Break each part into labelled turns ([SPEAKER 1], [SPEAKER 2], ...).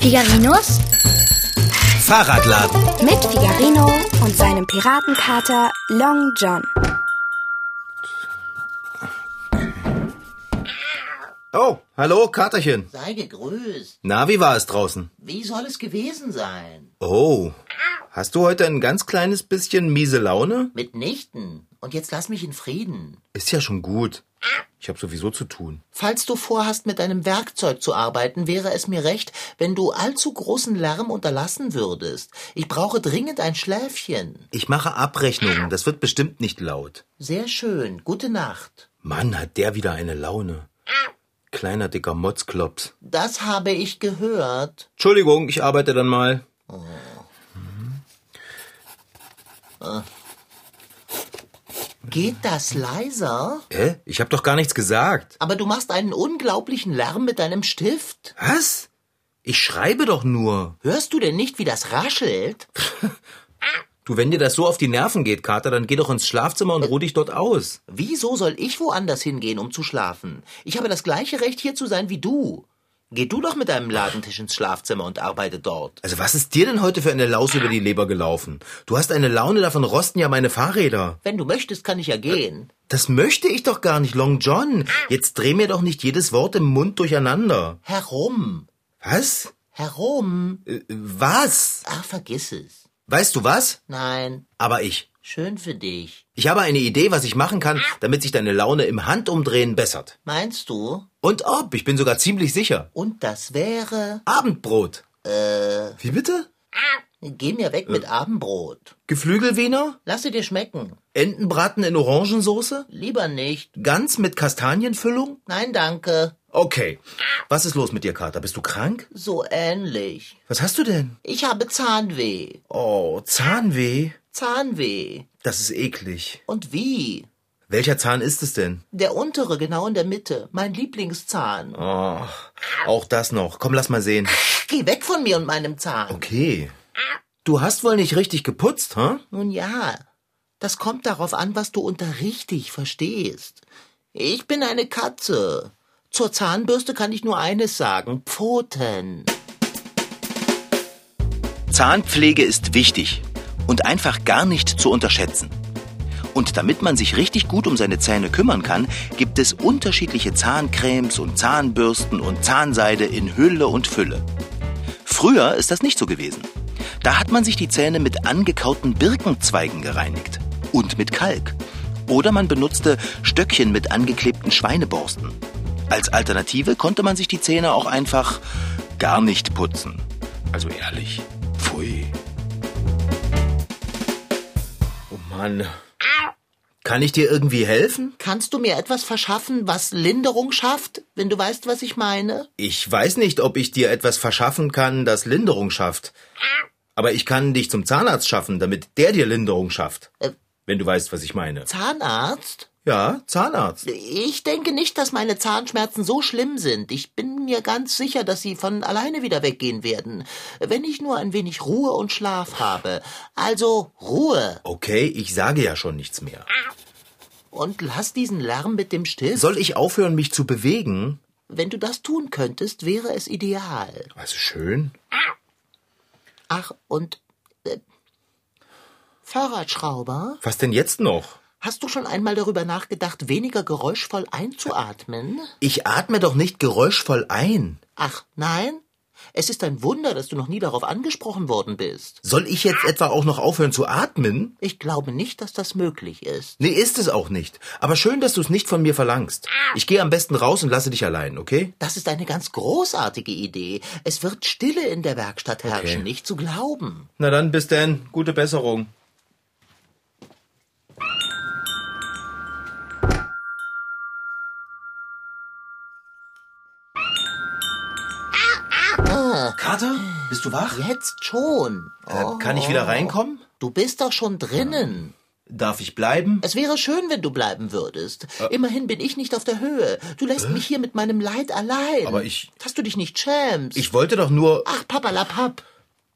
[SPEAKER 1] Figarinos
[SPEAKER 2] Fahrradladen.
[SPEAKER 3] Mit Figarino und seinem Piratenkater Long John.
[SPEAKER 2] Oh, hallo, Katerchen.
[SPEAKER 4] Sei gegrüßt.
[SPEAKER 2] Na, wie war es draußen?
[SPEAKER 4] Wie soll es gewesen sein?
[SPEAKER 2] Oh, hast du heute ein ganz kleines bisschen miese Laune?
[SPEAKER 4] Mitnichten. Und jetzt lass mich in Frieden.
[SPEAKER 2] Ist ja schon gut. Ich habe sowieso zu tun.
[SPEAKER 4] Falls du vorhast, mit deinem Werkzeug zu arbeiten, wäre es mir recht, wenn du allzu großen Lärm unterlassen würdest. Ich brauche dringend ein Schläfchen.
[SPEAKER 2] Ich mache Abrechnungen, das wird bestimmt nicht laut.
[SPEAKER 4] Sehr schön. Gute Nacht.
[SPEAKER 2] Mann, hat der wieder eine Laune. Kleiner dicker Motzklops.
[SPEAKER 4] Das habe ich gehört.
[SPEAKER 2] Entschuldigung, ich arbeite dann mal.
[SPEAKER 4] Geht das leiser?
[SPEAKER 2] Hä? Ich habe doch gar nichts gesagt.
[SPEAKER 4] Aber du machst einen unglaublichen Lärm mit deinem Stift.
[SPEAKER 2] Was? Ich schreibe doch nur.
[SPEAKER 4] Hörst du denn nicht, wie das raschelt?
[SPEAKER 2] Du, wenn dir das so auf die Nerven geht, Kater, dann geh doch ins Schlafzimmer und ruh dich dort aus.
[SPEAKER 4] Wieso soll ich woanders hingehen, um zu schlafen? Ich habe das gleiche Recht, hier zu sein wie du. Geh du doch mit deinem Ladentisch ins Schlafzimmer und arbeite dort.
[SPEAKER 2] Also was ist dir denn heute für eine Laus über die Leber gelaufen? Du hast eine Laune, davon rosten ja meine Fahrräder.
[SPEAKER 4] Wenn du möchtest, kann ich ja gehen.
[SPEAKER 2] Das möchte ich doch gar nicht, Long John. Jetzt dreh mir doch nicht jedes Wort im Mund durcheinander.
[SPEAKER 4] Herum.
[SPEAKER 2] Was?
[SPEAKER 4] Herum.
[SPEAKER 2] Äh, Was?
[SPEAKER 4] Ach, vergiss es.
[SPEAKER 2] Weißt du was?
[SPEAKER 4] Nein.
[SPEAKER 2] Aber ich.
[SPEAKER 4] Schön für dich.
[SPEAKER 2] Ich habe eine Idee, was ich machen kann, damit sich deine Laune im Handumdrehen bessert.
[SPEAKER 4] Meinst du?
[SPEAKER 2] Und ob, ich bin sogar ziemlich sicher.
[SPEAKER 4] Und das wäre.
[SPEAKER 2] Abendbrot. Äh. Wie bitte?
[SPEAKER 4] Geh mir weg mit Abendbrot.
[SPEAKER 2] Geflügelwiener?
[SPEAKER 4] Lasse dir schmecken.
[SPEAKER 2] Entenbraten in Orangensoße?
[SPEAKER 4] Lieber nicht.
[SPEAKER 2] Ganz mit Kastanienfüllung?
[SPEAKER 4] Nein, danke.
[SPEAKER 2] Okay. Was ist los mit dir, Kater? Bist du krank?
[SPEAKER 4] So ähnlich.
[SPEAKER 2] Was hast du denn?
[SPEAKER 4] Ich habe Zahnweh.
[SPEAKER 2] Oh, Zahnweh.
[SPEAKER 4] Zahnweh.
[SPEAKER 2] Das ist eklig.
[SPEAKER 4] Und wie?
[SPEAKER 2] Welcher Zahn ist es denn?
[SPEAKER 4] Der untere, genau in der Mitte. Mein Lieblingszahn.
[SPEAKER 2] Oh, auch das noch. Komm, lass mal sehen.
[SPEAKER 4] Geh weg von mir und meinem Zahn.
[SPEAKER 2] Okay. Du hast wohl nicht richtig geputzt, hä?
[SPEAKER 4] Nun ja, das kommt darauf an, was du unter richtig verstehst. Ich bin eine Katze. Zur Zahnbürste kann ich nur eines sagen. Pfoten.
[SPEAKER 5] Zahnpflege ist wichtig und einfach gar nicht zu unterschätzen. Und damit man sich richtig gut um seine Zähne kümmern kann, gibt es unterschiedliche Zahncremes und Zahnbürsten und Zahnseide in Hülle und Fülle. Früher ist das nicht so gewesen. Da hat man sich die Zähne mit angekauten Birkenzweigen gereinigt und mit Kalk. Oder man benutzte Stöckchen mit angeklebten Schweineborsten. Als Alternative konnte man sich die Zähne auch einfach gar nicht putzen. Also ehrlich, pfui.
[SPEAKER 2] Oh Mann. Kann ich dir irgendwie helfen?
[SPEAKER 4] Kannst du mir etwas verschaffen, was Linderung schafft, wenn du weißt, was ich meine?
[SPEAKER 2] Ich weiß nicht, ob ich dir etwas verschaffen kann, das Linderung schafft. Aber ich kann dich zum Zahnarzt schaffen, damit der dir Linderung schafft.
[SPEAKER 4] Äh.
[SPEAKER 2] Wenn du weißt, was ich meine.
[SPEAKER 4] Zahnarzt?
[SPEAKER 2] Ja, Zahnarzt.
[SPEAKER 4] Ich denke nicht, dass meine Zahnschmerzen so schlimm sind. Ich bin mir ganz sicher, dass sie von alleine wieder weggehen werden, wenn ich nur ein wenig Ruhe und Schlaf habe. Also Ruhe
[SPEAKER 2] Okay, ich sage ja schon nichts mehr.
[SPEAKER 4] und lass diesen Lärm mit dem Stift.
[SPEAKER 2] Soll ich aufhören, mich zu bewegen?
[SPEAKER 4] Wenn du das tun könntest, wäre es ideal.
[SPEAKER 2] Also schön.
[SPEAKER 4] Ach, und äh, Fahrradschrauber,
[SPEAKER 2] Was denn jetzt noch?
[SPEAKER 4] hast du schon einmal darüber nachgedacht, weniger geräuschvoll einzuatmen?
[SPEAKER 2] Ich atme doch nicht geräuschvoll ein.
[SPEAKER 4] Ach, nein? Es ist ein Wunder, dass du noch nie darauf angesprochen worden bist.
[SPEAKER 2] Soll ich jetzt etwa auch noch aufhören zu atmen?
[SPEAKER 4] Ich glaube nicht, dass das möglich ist.
[SPEAKER 2] Nee, ist es auch nicht. Aber schön, dass du es nicht von mir verlangst. Ich gehe am besten raus und lasse dich allein, okay?
[SPEAKER 4] Das ist eine ganz großartige Idee. Es wird Stille in der Werkstatt herrschen, nicht zu glauben.
[SPEAKER 2] Na dann, bis denn. Gute Besserung. Kater, bist du wach?
[SPEAKER 4] Jetzt schon.
[SPEAKER 2] Äh, kann ich wieder reinkommen?
[SPEAKER 4] Du bist doch schon drinnen.
[SPEAKER 2] Darf ich bleiben?
[SPEAKER 4] Es wäre schön, wenn du bleiben würdest.
[SPEAKER 2] Äh.
[SPEAKER 4] Immerhin bin ich nicht auf der Höhe. Du lässt mich hier mit meinem Leid allein.
[SPEAKER 2] Aber ich-
[SPEAKER 4] Dass du dich nicht schämst.
[SPEAKER 2] Ich wollte doch nur...
[SPEAKER 4] Ach, papalapap.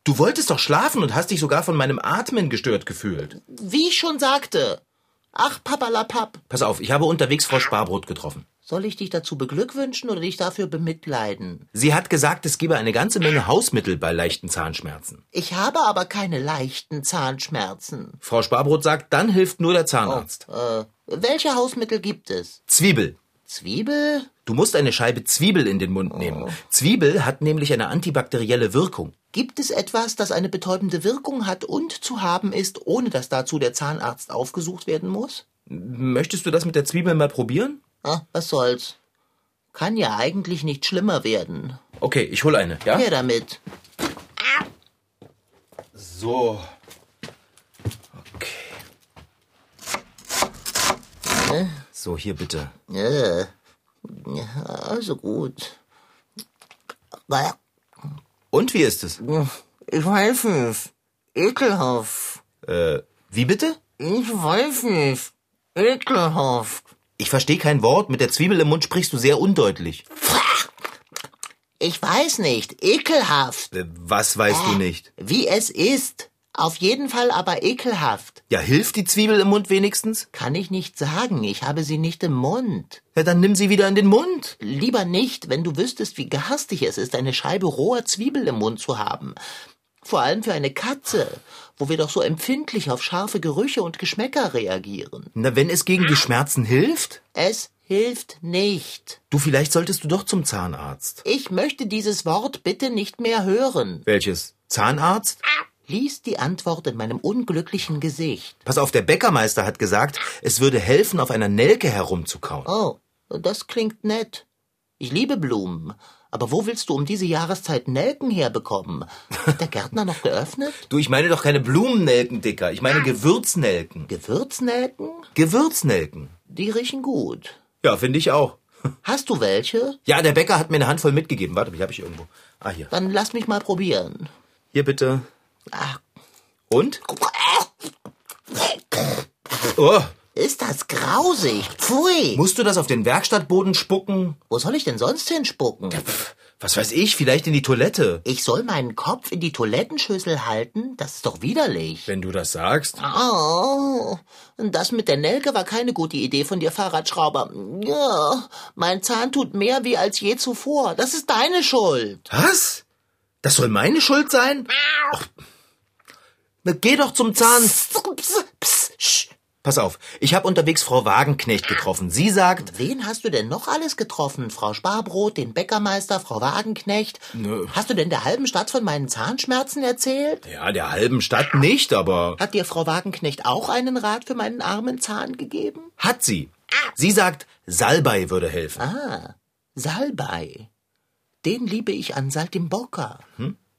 [SPEAKER 2] Du wolltest doch schlafen und hast dich sogar von meinem Atmen gestört gefühlt.
[SPEAKER 4] Wie ich schon sagte. Ach, papalapap.
[SPEAKER 2] Pass auf, ich habe unterwegs Frau Sparbrot getroffen.
[SPEAKER 4] Soll ich dich dazu beglückwünschen oder dich dafür bemitleiden?
[SPEAKER 2] Sie hat gesagt, es gebe eine ganze Menge Hausmittel bei leichten Zahnschmerzen.
[SPEAKER 4] Ich habe aber keine leichten Zahnschmerzen.
[SPEAKER 2] Frau Sparbrot sagt, dann hilft nur der Zahnarzt.
[SPEAKER 4] Äh, welche Hausmittel gibt es?
[SPEAKER 2] Zwiebel.
[SPEAKER 4] Zwiebel?
[SPEAKER 2] Du musst eine Scheibe Zwiebel in den Mund nehmen. Zwiebel hat nämlich eine antibakterielle Wirkung.
[SPEAKER 4] Gibt es etwas, das eine betäubende Wirkung hat und zu haben ist, ohne dass dazu der Zahnarzt aufgesucht werden muss?
[SPEAKER 2] Möchtest du das mit der Zwiebel mal probieren?
[SPEAKER 4] Ah, was soll's? Kann ja eigentlich nicht schlimmer werden.
[SPEAKER 2] Okay, ich hol eine, ja?
[SPEAKER 4] Her damit.
[SPEAKER 2] So. Okay. So, hier bitte.
[SPEAKER 4] Äh, ja, also gut. Bah,
[SPEAKER 2] Und wie ist es?
[SPEAKER 4] Ich weiß nicht. Ekelhaft.
[SPEAKER 2] Äh, wie bitte?
[SPEAKER 4] Ich weiß nicht. Ekelhaft.
[SPEAKER 2] Ich verstehe kein Wort. Mit der Zwiebel im Mund sprichst du sehr undeutlich.
[SPEAKER 4] Ich weiß nicht. Ekelhaft.
[SPEAKER 2] Äh, Was weißt du nicht?
[SPEAKER 4] Wie es ist. Auf jeden Fall aber ekelhaft.
[SPEAKER 2] Ja, hilft die Zwiebel im Mund wenigstens?
[SPEAKER 4] Kann ich nicht sagen. Ich habe sie nicht im Mund.
[SPEAKER 2] Ja, dann nimm sie wieder in den Mund.
[SPEAKER 4] Lieber nicht, wenn du wüsstest, wie garstig es ist, eine Scheibe roher Zwiebel im Mund zu haben. Vor allem für eine Katze, wo wir doch so empfindlich auf scharfe Gerüche und Geschmäcker reagieren.
[SPEAKER 2] Na, wenn es gegen die Schmerzen hilft?
[SPEAKER 4] Es hilft nicht.
[SPEAKER 2] Du, vielleicht solltest du doch zum Zahnarzt.
[SPEAKER 4] Ich möchte dieses Wort bitte nicht mehr hören.
[SPEAKER 2] Welches? Zahnarzt?
[SPEAKER 4] Lies die Antwort in meinem unglücklichen Gesicht.
[SPEAKER 2] Pass auf, der Bäckermeister hat gesagt, es würde helfen, auf einer Nelke herumzukauen.
[SPEAKER 4] Oh, das klingt nett. Ich liebe Blumen. Aber wo willst du um diese Jahreszeit Nelken herbekommen? Hat der Gärtner noch geöffnet?
[SPEAKER 2] Du, ich meine doch keine Blumennelken, Dicker. Ich meine Gewürznelken.
[SPEAKER 4] Gewürznelken?
[SPEAKER 2] Gewürznelken.
[SPEAKER 4] Die riechen gut.
[SPEAKER 2] Ja, finde ich auch.
[SPEAKER 4] Hast du welche?
[SPEAKER 2] Ja, der Bäcker hat mir eine Handvoll mitgegeben. Warte, die habe ich irgendwo. Ah, hier.
[SPEAKER 4] Dann lass mich mal probieren.
[SPEAKER 2] Hier bitte.
[SPEAKER 4] Ah.
[SPEAKER 2] Und? Oh,
[SPEAKER 4] Ist das grausig? Pfui!
[SPEAKER 2] musst du das auf den Werkstattboden spucken?
[SPEAKER 4] Wo soll ich denn sonst hinspucken?
[SPEAKER 2] Was weiß ich, vielleicht in die Toilette.
[SPEAKER 4] Ich soll meinen Kopf in die Toilettenschüssel halten? Das ist doch widerlich.
[SPEAKER 2] Wenn du das sagst.
[SPEAKER 4] Oh, das mit der Nelke war keine gute Idee von dir, Fahrradschrauber. Ja, mein Zahn tut mehr weh als je zuvor. Das ist deine Schuld.
[SPEAKER 2] Was? Das soll meine Schuld sein? Ach. Na, geh doch zum Zahn.
[SPEAKER 4] Psst, psst, sch.
[SPEAKER 2] Pass auf, ich habe unterwegs Frau Wagenknecht getroffen. Sie sagt,
[SPEAKER 4] Wen hast du denn noch alles getroffen? Frau Sparbrot, den Bäckermeister, Frau Wagenknecht?
[SPEAKER 2] Nö.
[SPEAKER 4] Hast du denn der halben Stadt von meinen Zahnschmerzen erzählt?
[SPEAKER 2] ja, der halben Stadt nicht, aber
[SPEAKER 4] Hat dir Frau Wagenknecht auch einen Rat für meinen armen Zahn gegeben?
[SPEAKER 2] hat sie. Sie sagt, Salbei würde helfen.
[SPEAKER 4] Ah, Salbei. Den liebe ich an Saltimbocca.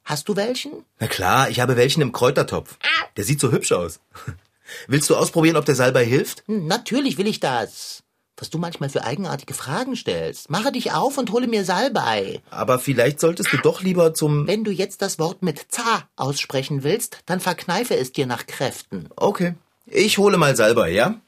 [SPEAKER 4] Hast du welchen?
[SPEAKER 2] Na klar, ich habe welchen im Kräutertopf. Der sieht so hübsch aus. Willst du ausprobieren, ob der Salbei hilft?
[SPEAKER 4] Hm, Natürlich will ich das. Was du manchmal für eigenartige Fragen stellst. Mache dich auf und hole mir Salbei.
[SPEAKER 2] Aber vielleicht solltest du doch lieber zum...
[SPEAKER 4] Wenn du jetzt das Wort mit Za aussprechen willst, dann verkneife es dir nach Kräften.
[SPEAKER 2] Okay, ich hole mal Salbei, ja?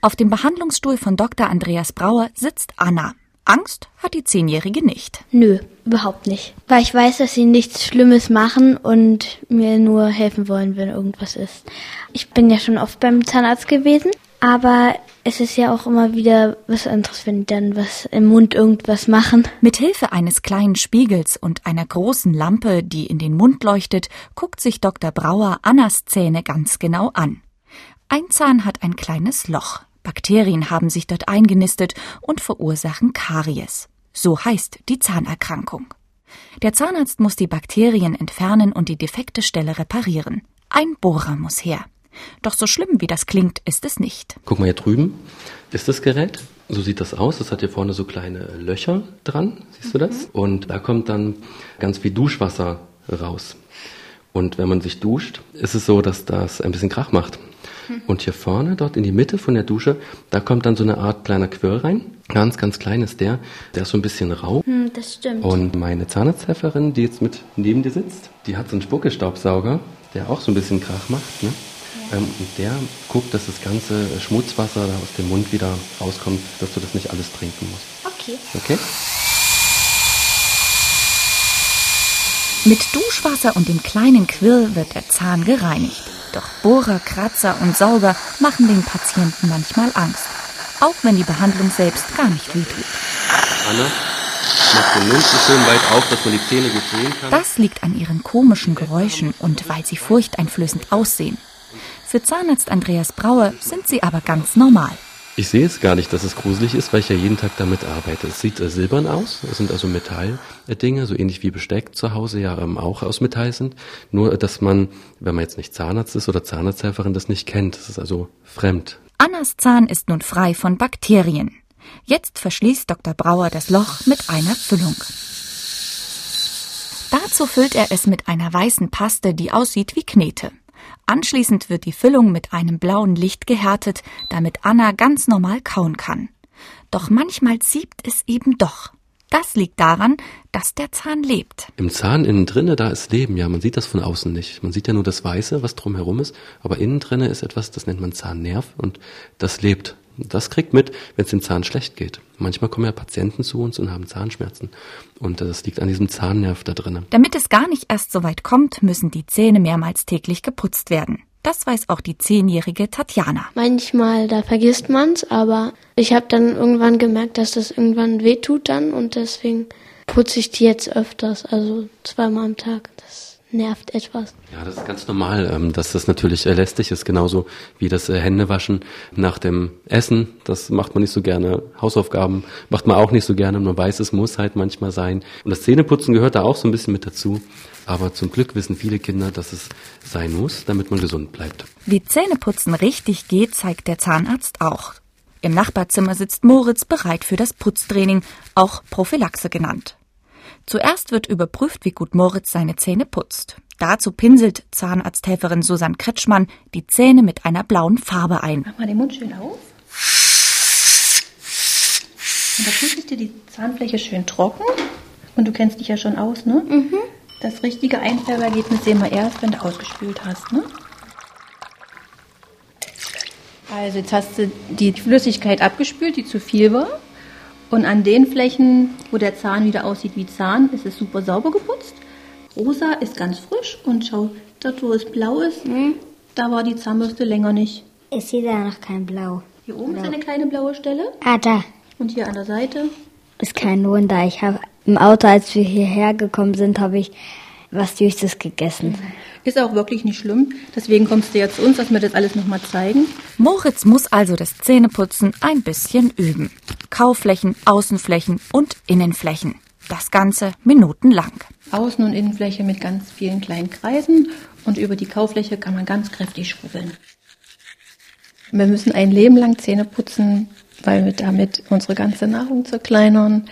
[SPEAKER 1] Auf dem Behandlungsstuhl von Dr. Andreas Brauer sitzt Anna. Angst hat die Zehnjährige nicht.
[SPEAKER 6] Nö, überhaupt nicht. Weil ich weiß, dass sie nichts Schlimmes machen und mir nur helfen wollen, wenn irgendwas ist. Ich bin ja schon oft beim Zahnarzt gewesen, aber es ist ja auch immer wieder was anderes, wenn die dann was im Mund irgendwas machen.
[SPEAKER 1] Mithilfe eines kleinen Spiegels und einer großen Lampe, die in den Mund leuchtet, guckt sich Dr. Brauer Annas Zähne ganz genau an. Ein Zahn hat ein kleines Loch. Bakterien haben sich dort eingenistet und verursachen Karies. So heißt die Zahnerkrankung. Der Zahnarzt muss die Bakterien entfernen und die defekte Stelle reparieren. Ein Bohrer muss her. Doch so schlimm wie das klingt, ist es nicht.
[SPEAKER 7] Guck mal hier drüben, ist das Gerät. So sieht das aus. Das hat hier vorne so kleine äh, Löcher dran. Siehst du das? Und da kommt dann ganz viel Duschwasser raus. Und wenn man sich duscht, ist es so, dass das ein bisschen Krach macht. Und hier vorne, dort in die Mitte von der Dusche, da kommt dann so eine Art kleiner Quirl rein. Ganz, ganz klein ist der. Der ist so ein bisschen rau.
[SPEAKER 6] Hm, das stimmt.
[SPEAKER 7] Und meine Zahnarzthelferin, die jetzt mit neben dir sitzt, die hat so einen Spuckestaubsauger, der auch so ein bisschen Krach macht. Ne? Ähm, und der guckt, dass das ganze Schmutzwasser da aus dem Mund wieder rauskommt, dass du das nicht alles trinken musst.
[SPEAKER 6] okay.
[SPEAKER 7] Okay?
[SPEAKER 1] Mit Duschwasser und dem kleinen Quirl wird der Zahn gereinigt. Doch Bohrer, Kratzer und Sauger machen den Patienten manchmal Angst. Auch wenn die Behandlung selbst gar nicht wehtut.
[SPEAKER 7] Anna, mach den Mund so schön weit auf, dass man die Zähne gut sehen kann.
[SPEAKER 1] Das liegt an ihren komischen Geräuschen und weil sie furchteinflößend aussehen. Für Zahnarzt Andreas Brauer sind sie aber ganz normal.
[SPEAKER 7] Ich sehe es gar nicht, dass es gruselig ist, weil ich ja jeden Tag damit arbeite. Es sieht äh, silbern aus, es sind also Metalldinge, so ähnlich wie Besteck zu Hause ja ähm, auch aus Metall sind. Nur, äh, dass man, wenn man jetzt nicht Zahnarzt ist oder Zahnarzthelferin, das nicht kennt. Das ist also fremd.
[SPEAKER 1] Annas Zahn ist nun frei von Bakterien. Jetzt verschließt Dr. Brauer das Loch mit einer Füllung. Dazu füllt er es mit einer weißen Paste, die aussieht wie Knete. Anschließend wird die Füllung mit einem blauen Licht gehärtet, damit Anna ganz normal kauen kann. Doch manchmal zieht es eben doch. Das liegt daran, dass der Zahn lebt.
[SPEAKER 7] Im Zahn innen drinne, da ist Leben, ja, man sieht das von außen nicht. Man sieht ja nur das Weiße, was drumherum ist, aber innen drinne ist etwas, das nennt man Zahnnerv und das lebt. Das kriegt mit, wenn es dem Zahn schlecht geht. Manchmal kommen ja Patienten zu uns und haben Zahnschmerzen und äh, das liegt an diesem Zahnnerv da drinnen.
[SPEAKER 1] Damit es gar nicht erst so weit kommt, müssen die Zähne mehrmals täglich geputzt werden. Das weiß auch die zehnjährige Tatjana.
[SPEAKER 6] Manchmal, da vergisst man's, aber ich habe dann irgendwann gemerkt, dass das irgendwann wehtut dann und deswegen putze ich die jetzt öfters, also zweimal am Tag. Das nervt etwas.
[SPEAKER 7] Ja, das ist ganz normal, ähm, dass das natürlich äh, lästig ist, genauso wie das äh, Händewaschen nach dem Essen. Das macht man nicht so gerne. Hausaufgaben macht man auch nicht so gerne. Man weiß, es muss halt manchmal sein. Und das Zähneputzen gehört da auch so ein bisschen mit dazu. Aber zum Glück wissen viele Kinder, dass es sein muss, damit man gesund bleibt.
[SPEAKER 1] Wie Zähneputzen richtig geht, zeigt der Zahnarzt auch. Im Nachbarzimmer sitzt Moritz bereit für das Putztraining, auch Prophylaxe genannt. Zuerst wird überprüft, wie gut Moritz seine Zähne putzt. Dazu pinselt Zahnarzthelferin Susanne Kretschmann die Zähne mit einer blauen Farbe ein.
[SPEAKER 8] Mach mal den Mund schön auf. Und da pustet dir die Zahnfläche schön trocken. Und du kennst dich ja schon aus, ne? Das richtige Einfärbergebnis sehen wir erst, wenn du ausgespült hast, ne? Also jetzt hast du die Flüssigkeit abgespült, die zu viel war. Und an den Flächen, wo der Zahn wieder aussieht wie Zahn, ist es super sauber geputzt. Rosa ist ganz frisch und schau, dort wo es blau ist, da war die Zahnbürste länger nicht.
[SPEAKER 6] Ich sehe da noch kein Blau.
[SPEAKER 8] Hier oben ist eine kleine blaue Stelle
[SPEAKER 6] Ah, da.
[SPEAKER 8] und hier an der Seite.
[SPEAKER 6] Ist kein Wunder. Ich habe im Auto, als wir hierher gekommen sind, habe ich was Süßes gegessen.
[SPEAKER 8] Ist auch wirklich nicht schlimm. Deswegen kommst du ja zu uns, dass wir das alles nochmal zeigen.
[SPEAKER 1] Moritz muss also das Zähneputzen ein bisschen üben. Kauflächen, Außenflächen und Innenflächen. Das Ganze minutenlang.
[SPEAKER 8] Außen- und Innenfläche mit ganz vielen kleinen Kreisen und über die Kaufläche kann man ganz kräftig schrubbeln. Wir müssen ein Leben lang Zähne putzen, weil wir damit unsere ganze Nahrung zerkleinern.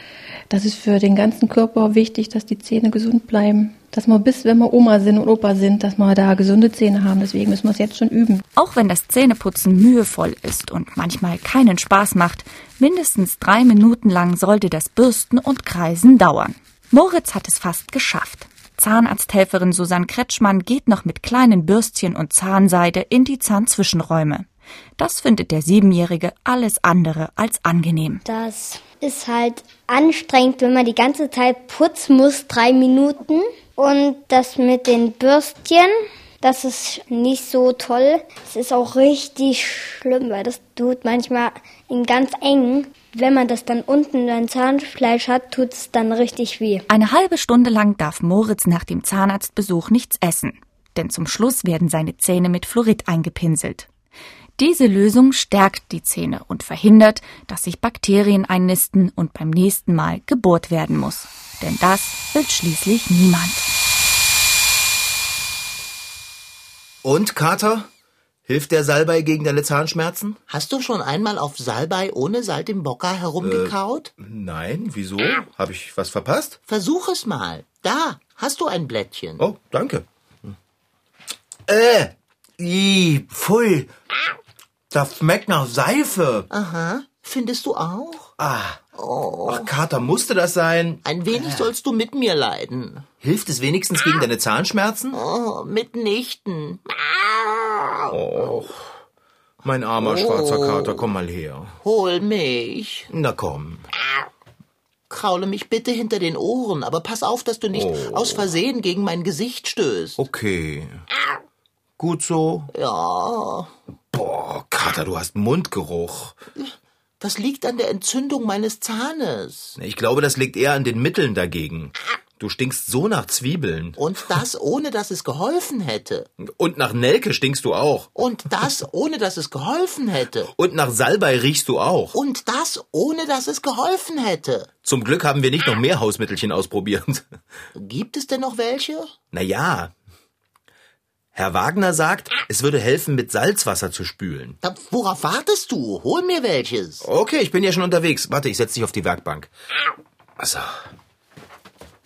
[SPEAKER 8] Das ist für den ganzen Körper wichtig, dass die Zähne gesund bleiben. Dass wir bis, wenn wir Oma sind und Opa sind, dass wir da gesunde Zähne haben. Deswegen müssen wir es jetzt schon üben.
[SPEAKER 1] Auch wenn das Zähneputzen mühevoll ist und manchmal keinen Spaß macht, mindestens drei Minuten lang sollte das Bürsten und Kreisen dauern. Moritz hat es fast geschafft. Zahnarzthelferin Susanne Kretschmann geht noch mit kleinen Bürstchen und Zahnseide in die Zahnzwischenräume. Das findet der Siebenjährige alles andere als angenehm.
[SPEAKER 9] Das ist halt anstrengend, wenn man die ganze Zeit putzen muss, drei Minuten. Und das mit den Bürstchen, das ist nicht so toll. Es ist auch richtig schlimm, weil das tut manchmal in ganz eng. Wenn man das dann unten beim Zahnfleisch hat, tut es dann richtig weh.
[SPEAKER 1] Eine halbe Stunde lang darf Moritz nach dem Zahnarztbesuch nichts essen, denn zum Schluss werden seine Zähne mit Fluorid eingepinselt. Diese Lösung stärkt die Zähne und verhindert, dass sich Bakterien einnisten und beim nächsten Mal gebohrt werden muss. Denn das will schließlich niemand.
[SPEAKER 2] Und, Kater? Hilft der Salbei gegen deine Zahnschmerzen?
[SPEAKER 4] Hast du schon einmal auf Salbei ohne Salz im Bocker herumgekaut?
[SPEAKER 2] Äh. Nein, wieso? Habe ich was verpasst?
[SPEAKER 4] Versuch es mal. Da, hast du ein Blättchen.
[SPEAKER 2] Oh, danke. Äh, i, pfui. Das schmeckt nach Seife.
[SPEAKER 4] Aha, findest du auch?
[SPEAKER 2] Ah. Ach, Kater, musste das sein?
[SPEAKER 4] Ein wenig sollst du mit mir leiden.
[SPEAKER 2] Hilft es wenigstens gegen deine Zahnschmerzen?
[SPEAKER 4] Oh, mitnichten.
[SPEAKER 2] Mein armer schwarzer Kater, komm mal her.
[SPEAKER 4] Hol mich.
[SPEAKER 2] Na komm.
[SPEAKER 4] kraule mich bitte hinter den Ohren, aber pass auf, dass du nicht aus Versehen gegen mein Gesicht stößt.
[SPEAKER 2] Okay. Gut so.
[SPEAKER 4] Ja,
[SPEAKER 2] Boah, Kater, du hast Mundgeruch.
[SPEAKER 4] das liegt an der Entzündung meines Zahnes.
[SPEAKER 2] Ich glaube, das liegt eher an den Mitteln dagegen. Du stinkst so nach Zwiebeln.
[SPEAKER 4] Und das, ohne dass es geholfen hätte.
[SPEAKER 2] Und nach Nelke stinkst du auch.
[SPEAKER 4] Und das, ohne dass es geholfen hätte.
[SPEAKER 2] Und nach Salbei riechst du auch.
[SPEAKER 4] Und das, ohne dass es geholfen hätte.
[SPEAKER 2] Zum Glück haben wir nicht noch mehr Hausmittelchen ausprobiert.
[SPEAKER 4] Gibt es denn noch welche?
[SPEAKER 2] Na ja. Herr Wagner sagt, es würde helfen, mit Salzwasser zu spülen.
[SPEAKER 4] Da, worauf wartest du? Hol mir welches.
[SPEAKER 2] Okay, ich bin ja schon unterwegs. Warte, ich setz dich auf die Werkbank. Also, So.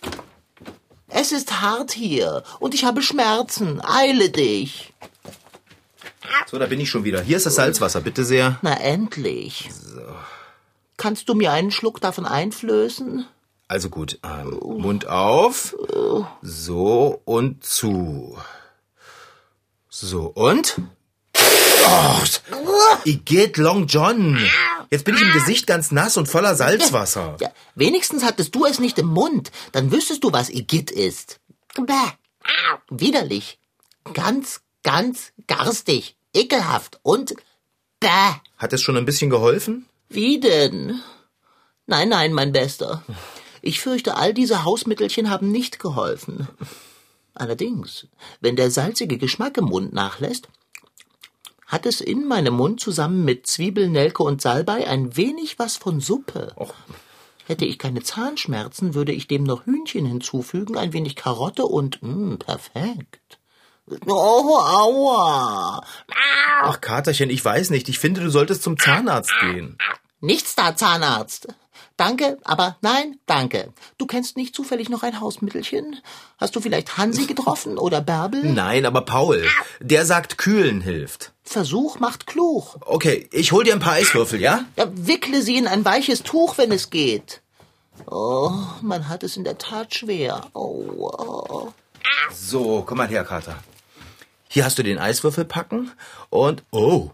[SPEAKER 4] Es ist hart hier und ich habe Schmerzen. Eile dich.
[SPEAKER 2] So, da bin ich schon wieder. Hier ist das Salzwasser, bitte sehr.
[SPEAKER 4] Na endlich. Kannst du mir einen Schluck davon einflößen?
[SPEAKER 2] Also gut, ähm, Mund auf. So und zu. So und? Oh, Igitt Long John. Jetzt bin ich im Gesicht ganz nass und voller Salzwasser.
[SPEAKER 4] Ja, wenigstens hattest du es nicht im Mund. Dann wüsstest du, was Igitt ist. Bäh. Widerlich. Ganz, ganz garstig. Ekelhaft. Und bäh.
[SPEAKER 2] Hat es schon ein bisschen geholfen?
[SPEAKER 4] Wie denn? Nein, nein, mein Bester. Ich fürchte, all diese Hausmittelchen haben nicht geholfen. Allerdings, wenn der salzige Geschmack im Mund nachlässt, hat es in meinem Mund zusammen mit Zwiebel, Nelke und Salbei ein wenig was von Suppe. Hätte ich keine Zahnschmerzen, würde ich dem noch Hühnchen hinzufügen, ein wenig Karotte und mh, perfekt. Oh, aua!
[SPEAKER 2] Ach, Katerchen, ich weiß nicht. Ich finde, du solltest zum Zahnarzt gehen.
[SPEAKER 4] Nichts da, Zahnarzt. Danke, aber nein, danke. Du kennst nicht zufällig noch ein Hausmittelchen? Hast du vielleicht Hansi getroffen oder Bärbel?
[SPEAKER 2] Nein, aber Paul, der sagt, kühlen hilft.
[SPEAKER 4] Versuch macht klug.
[SPEAKER 2] Okay, ich hol dir ein paar Eiswürfel, ja?
[SPEAKER 4] Ja, wickle sie in ein weiches Tuch, wenn es geht. Oh, man hat es in der Tat schwer. Oh, oh.
[SPEAKER 2] So, komm mal her, Kater. Hier hast du den Eiswürfel packen und oh,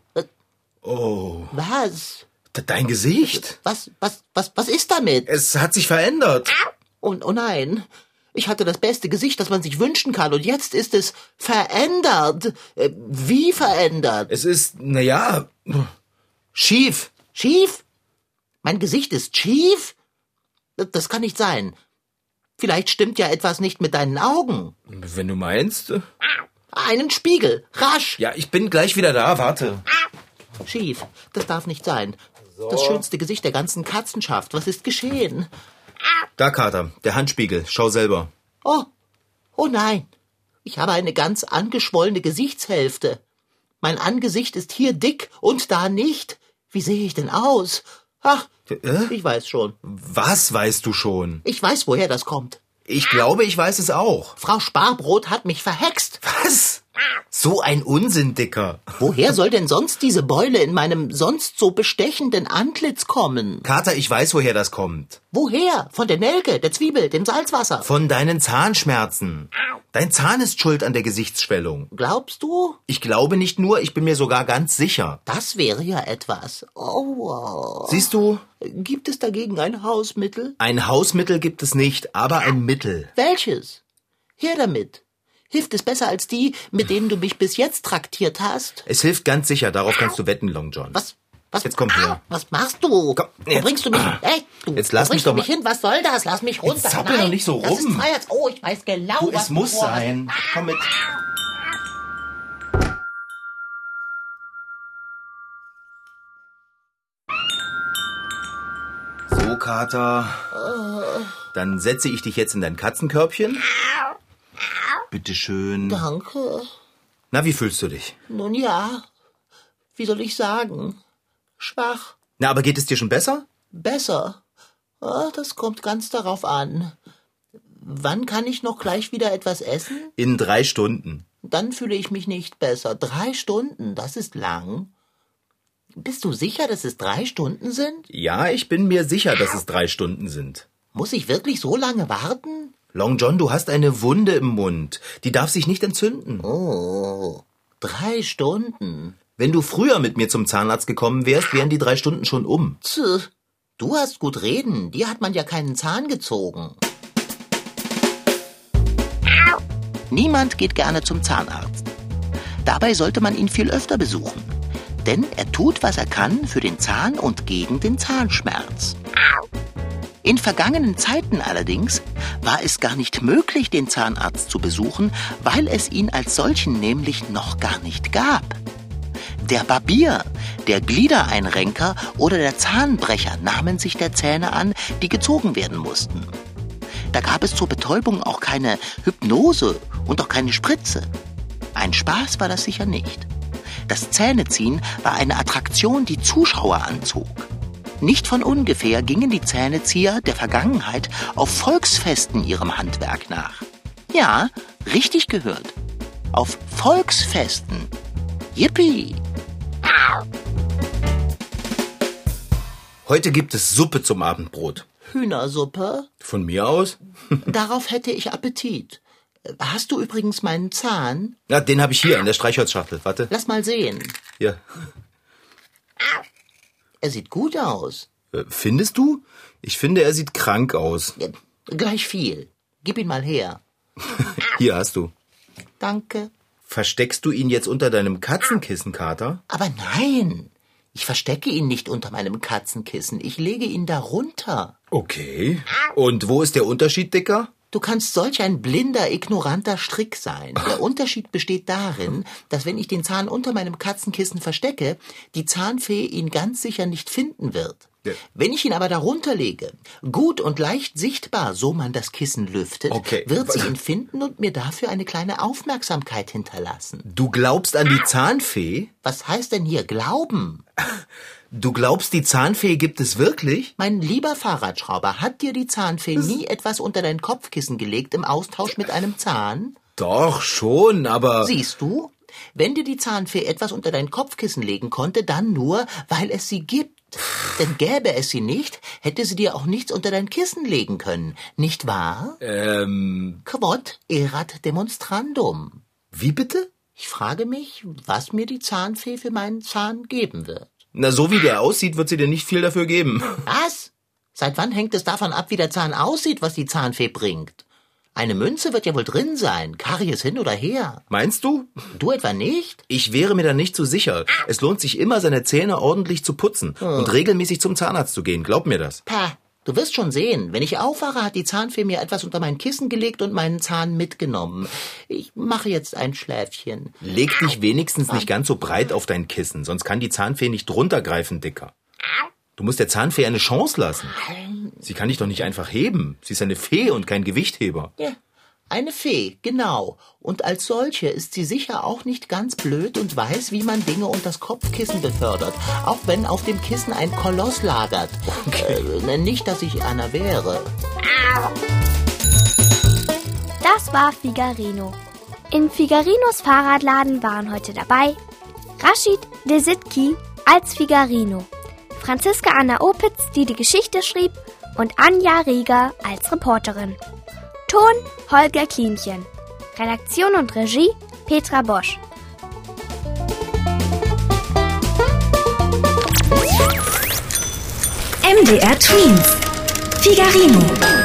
[SPEAKER 4] Was?
[SPEAKER 2] d- dein Gesicht.
[SPEAKER 4] Was, was, was, was ist damit?
[SPEAKER 2] Es hat sich verändert.
[SPEAKER 4] Und oh nein, ich hatte das beste Gesicht, das man sich wünschen kann, und jetzt ist es verändert. Äh, Wie verändert?
[SPEAKER 2] Es ist, naja, schief.
[SPEAKER 4] Schief? Mein Gesicht ist schief? Das- Das kann nicht sein. Vielleicht stimmt ja etwas nicht mit deinen Augen.
[SPEAKER 2] Wenn du meinst. äh,
[SPEAKER 4] Einen Spiegel, rasch,
[SPEAKER 2] Ja, ich bin gleich wieder da, warte.
[SPEAKER 4] schief. Das darf nicht sein. Das schönste Gesicht der ganzen Katzenschaft. Was ist geschehen?
[SPEAKER 2] Da, Kater, der Handspiegel, schau selber.
[SPEAKER 4] Oh, oh nein. Ich habe eine ganz angeschwollene Gesichtshälfte. Mein Angesicht ist hier dick und da nicht. Wie sehe ich denn aus? Ach,
[SPEAKER 2] Äh?
[SPEAKER 4] ich weiß schon.
[SPEAKER 2] Was weißt du schon?
[SPEAKER 4] Ich weiß, woher das kommt.
[SPEAKER 2] Ich glaube, ich weiß es auch.
[SPEAKER 4] Frau Sparbrot hat mich verhext.
[SPEAKER 2] Was? So ein Unsinn, Dicker.
[SPEAKER 4] Woher soll denn sonst diese Beule in meinem sonst so bestechenden Antlitz kommen?
[SPEAKER 2] Kater, ich weiß, woher das kommt.
[SPEAKER 4] Woher? Von der Nelke, der Zwiebel, dem Salzwasser.
[SPEAKER 2] Von deinen Zahnschmerzen. Dein Zahn ist schuld an der Gesichtsschwellung.
[SPEAKER 4] Glaubst du?
[SPEAKER 2] Ich glaube nicht nur, ich bin mir sogar ganz sicher.
[SPEAKER 4] Das wäre ja etwas. Oh, wow.
[SPEAKER 2] Siehst du,
[SPEAKER 4] Gibt es dagegen ein Hausmittel?
[SPEAKER 2] ein Hausmittel gibt es nicht, aber ein Mittel.
[SPEAKER 4] Welches? Her damit. Hilft es besser als die, mit denen du mich bis jetzt traktiert hast?
[SPEAKER 2] Es hilft ganz sicher, darauf kannst du wetten, Long John.
[SPEAKER 4] Was? Was?
[SPEAKER 2] Jetzt komm her.
[SPEAKER 4] Ah, Was machst du?
[SPEAKER 2] Komm,
[SPEAKER 4] Wo
[SPEAKER 2] jetzt.
[SPEAKER 4] bringst du mich? Ey, du,
[SPEAKER 2] Jetzt
[SPEAKER 4] wo
[SPEAKER 2] lass mich
[SPEAKER 4] bringst du
[SPEAKER 2] doch mal-
[SPEAKER 4] mich hin? Was soll das? Lass mich runter.
[SPEAKER 2] zappel doch
[SPEAKER 4] Nein,
[SPEAKER 2] nicht so
[SPEAKER 4] Das ist
[SPEAKER 2] rum.
[SPEAKER 4] Freiheits. Oh, ich weiß genau,
[SPEAKER 2] Du,
[SPEAKER 4] was
[SPEAKER 2] es muss
[SPEAKER 4] du vorhast.
[SPEAKER 2] sein. Komm mit. So, Kater. Dann setze ich dich jetzt in dein Katzenkörbchen. Bitte schön.
[SPEAKER 4] Danke.
[SPEAKER 2] Na, wie fühlst du dich?
[SPEAKER 4] Nun ja. Wie soll ich sagen? Schwach.
[SPEAKER 2] Na, aber geht es dir schon besser?
[SPEAKER 4] Besser. Ah, das kommt ganz darauf an. Wann kann ich noch gleich wieder etwas essen?
[SPEAKER 2] In drei Stunden.
[SPEAKER 4] Dann fühle ich mich nicht besser. Drei Stunden, das ist lang. Bist du sicher, dass es drei Stunden sind?
[SPEAKER 2] Ja, ich bin mir sicher, dass es drei Stunden sind.
[SPEAKER 4] Muss ich wirklich so lange warten?
[SPEAKER 2] Long John, du hast eine Wunde im Mund. Die darf sich nicht entzünden.
[SPEAKER 4] Oh, drei Stunden.
[SPEAKER 2] Wenn du früher mit mir zum Zahnarzt gekommen wärst, wären die drei Stunden schon um.
[SPEAKER 4] Tch, Du hast gut reden. Dir hat man ja keinen Zahn gezogen. Niemand geht gerne zum Zahnarzt. Dabei sollte man ihn viel öfter besuchen. Denn er tut, was er kann für den Zahn und gegen den Zahnschmerz. In vergangenen Zeiten allerdings war es gar nicht möglich, den Zahnarzt zu besuchen, weil es ihn als solchen nämlich noch gar nicht gab. Der Barbier, der Gliedereinrenker oder der Zahnbrecher nahmen sich der Zähne an, die gezogen werden mussten. Da gab es zur Betäubung auch keine Hypnose und auch keine Spritze. Ein Spaß war das sicher nicht. Das Zähneziehen war eine Attraktion, die Zuschauer anzog. Nicht von ungefähr gingen die Zähnezieher der Vergangenheit auf Volksfesten ihrem Handwerk nach. Ja, richtig gehört. Auf Volksfesten. Yippie!
[SPEAKER 2] Heute gibt es Suppe zum Abendbrot.
[SPEAKER 4] Hühnersuppe?
[SPEAKER 2] Von mir aus?
[SPEAKER 4] Darauf hätte ich Appetit. Hast du übrigens meinen Zahn?
[SPEAKER 2] Na, den habe ich hier in der Streichholzschachtel. Warte.
[SPEAKER 4] Lass mal sehen.
[SPEAKER 2] Hier.
[SPEAKER 4] Er sieht gut aus.
[SPEAKER 2] Äh, Findest du? Ich finde, er sieht krank aus.
[SPEAKER 4] Ja, Gleich viel. Gib ihn mal her.
[SPEAKER 2] Hier hast du.
[SPEAKER 4] Danke.
[SPEAKER 2] Versteckst du ihn jetzt unter deinem Katzenkissen, Kater?
[SPEAKER 4] Aber nein, ich verstecke ihn nicht unter meinem Katzenkissen. Ich lege ihn darunter.
[SPEAKER 2] Okay. Und wo ist der Unterschied, Dicker?
[SPEAKER 4] Du kannst solch ein blinder, ignoranter Strick sein. Der Unterschied besteht darin, dass wenn ich den Zahn unter meinem Katzenkissen verstecke, die Zahnfee ihn ganz sicher nicht finden wird.
[SPEAKER 2] Ja.
[SPEAKER 4] Wenn ich ihn aber darunter lege, gut und leicht sichtbar, so man das Kissen lüftet,
[SPEAKER 2] Okay.
[SPEAKER 4] wird sie ihn finden und mir dafür eine kleine Aufmerksamkeit hinterlassen.
[SPEAKER 2] Du glaubst an die Zahnfee?
[SPEAKER 4] Was heißt denn hier Glauben?
[SPEAKER 2] Du glaubst, die Zahnfee gibt es wirklich?
[SPEAKER 4] Mein lieber Fahrradschrauber, hat dir die Zahnfee nie etwas unter dein Kopfkissen gelegt im Austausch mit einem Zahn?
[SPEAKER 2] Doch, schon, aber.
[SPEAKER 4] Siehst du? Wenn dir die Zahnfee etwas unter dein Kopfkissen legen konnte, dann nur, weil es sie gibt. Denn gäbe es sie nicht, hätte sie dir auch nichts unter dein Kissen legen können, nicht wahr?
[SPEAKER 2] Ähm,
[SPEAKER 4] Quod erat demonstrandum.
[SPEAKER 2] wie bitte?
[SPEAKER 4] Ich frage mich, was mir die Zahnfee für meinen Zahn geben wird.
[SPEAKER 2] Na, so wie der aussieht, wird sie dir nicht viel dafür geben.
[SPEAKER 4] Was? Seit wann hängt es davon ab, wie der Zahn aussieht, was die Zahnfee bringt? Eine Münze wird ja wohl drin sein, Karies hin oder her.
[SPEAKER 2] Meinst du?
[SPEAKER 4] Du etwa nicht?
[SPEAKER 2] Ich wäre mir da nicht so sicher. Es lohnt sich immer, seine Zähne ordentlich zu putzen und regelmäßig zum Zahnarzt zu gehen. Glaub mir das.
[SPEAKER 4] Pah, du wirst schon sehen. Wenn ich aufwache, hat die Zahnfee mir etwas unter mein Kissen gelegt und meinen Zahn mitgenommen. Ich mache jetzt ein Schläfchen.
[SPEAKER 2] Leg dich wenigstens nicht ganz so breit auf dein Kissen, sonst kann die Zahnfee nicht runtergreifen, Dicker. Du musst der Zahnfee eine Chance lassen. Sie kann dich doch nicht einfach heben. Sie ist eine Fee und kein Gewichtheber.
[SPEAKER 4] Ja, eine Fee, genau. Und als solche ist sie sicher auch nicht ganz blöd und weiß, wie man Dinge unters Kopfkissen befördert. Auch wenn auf dem Kissen ein Koloss lagert. Äh, nicht, dass ich einer wäre.
[SPEAKER 3] Das war Figarino. In Figarinos Fahrradladen waren heute dabei Rashid Desitki als Figarino, Franziska Anna Opitz, die die Geschichte schrieb, und Anja Rieger als Reporterin. Ton Holger Klimchen. Redaktion und Regie Petra Bosch.
[SPEAKER 10] MDR Twins. Figarino.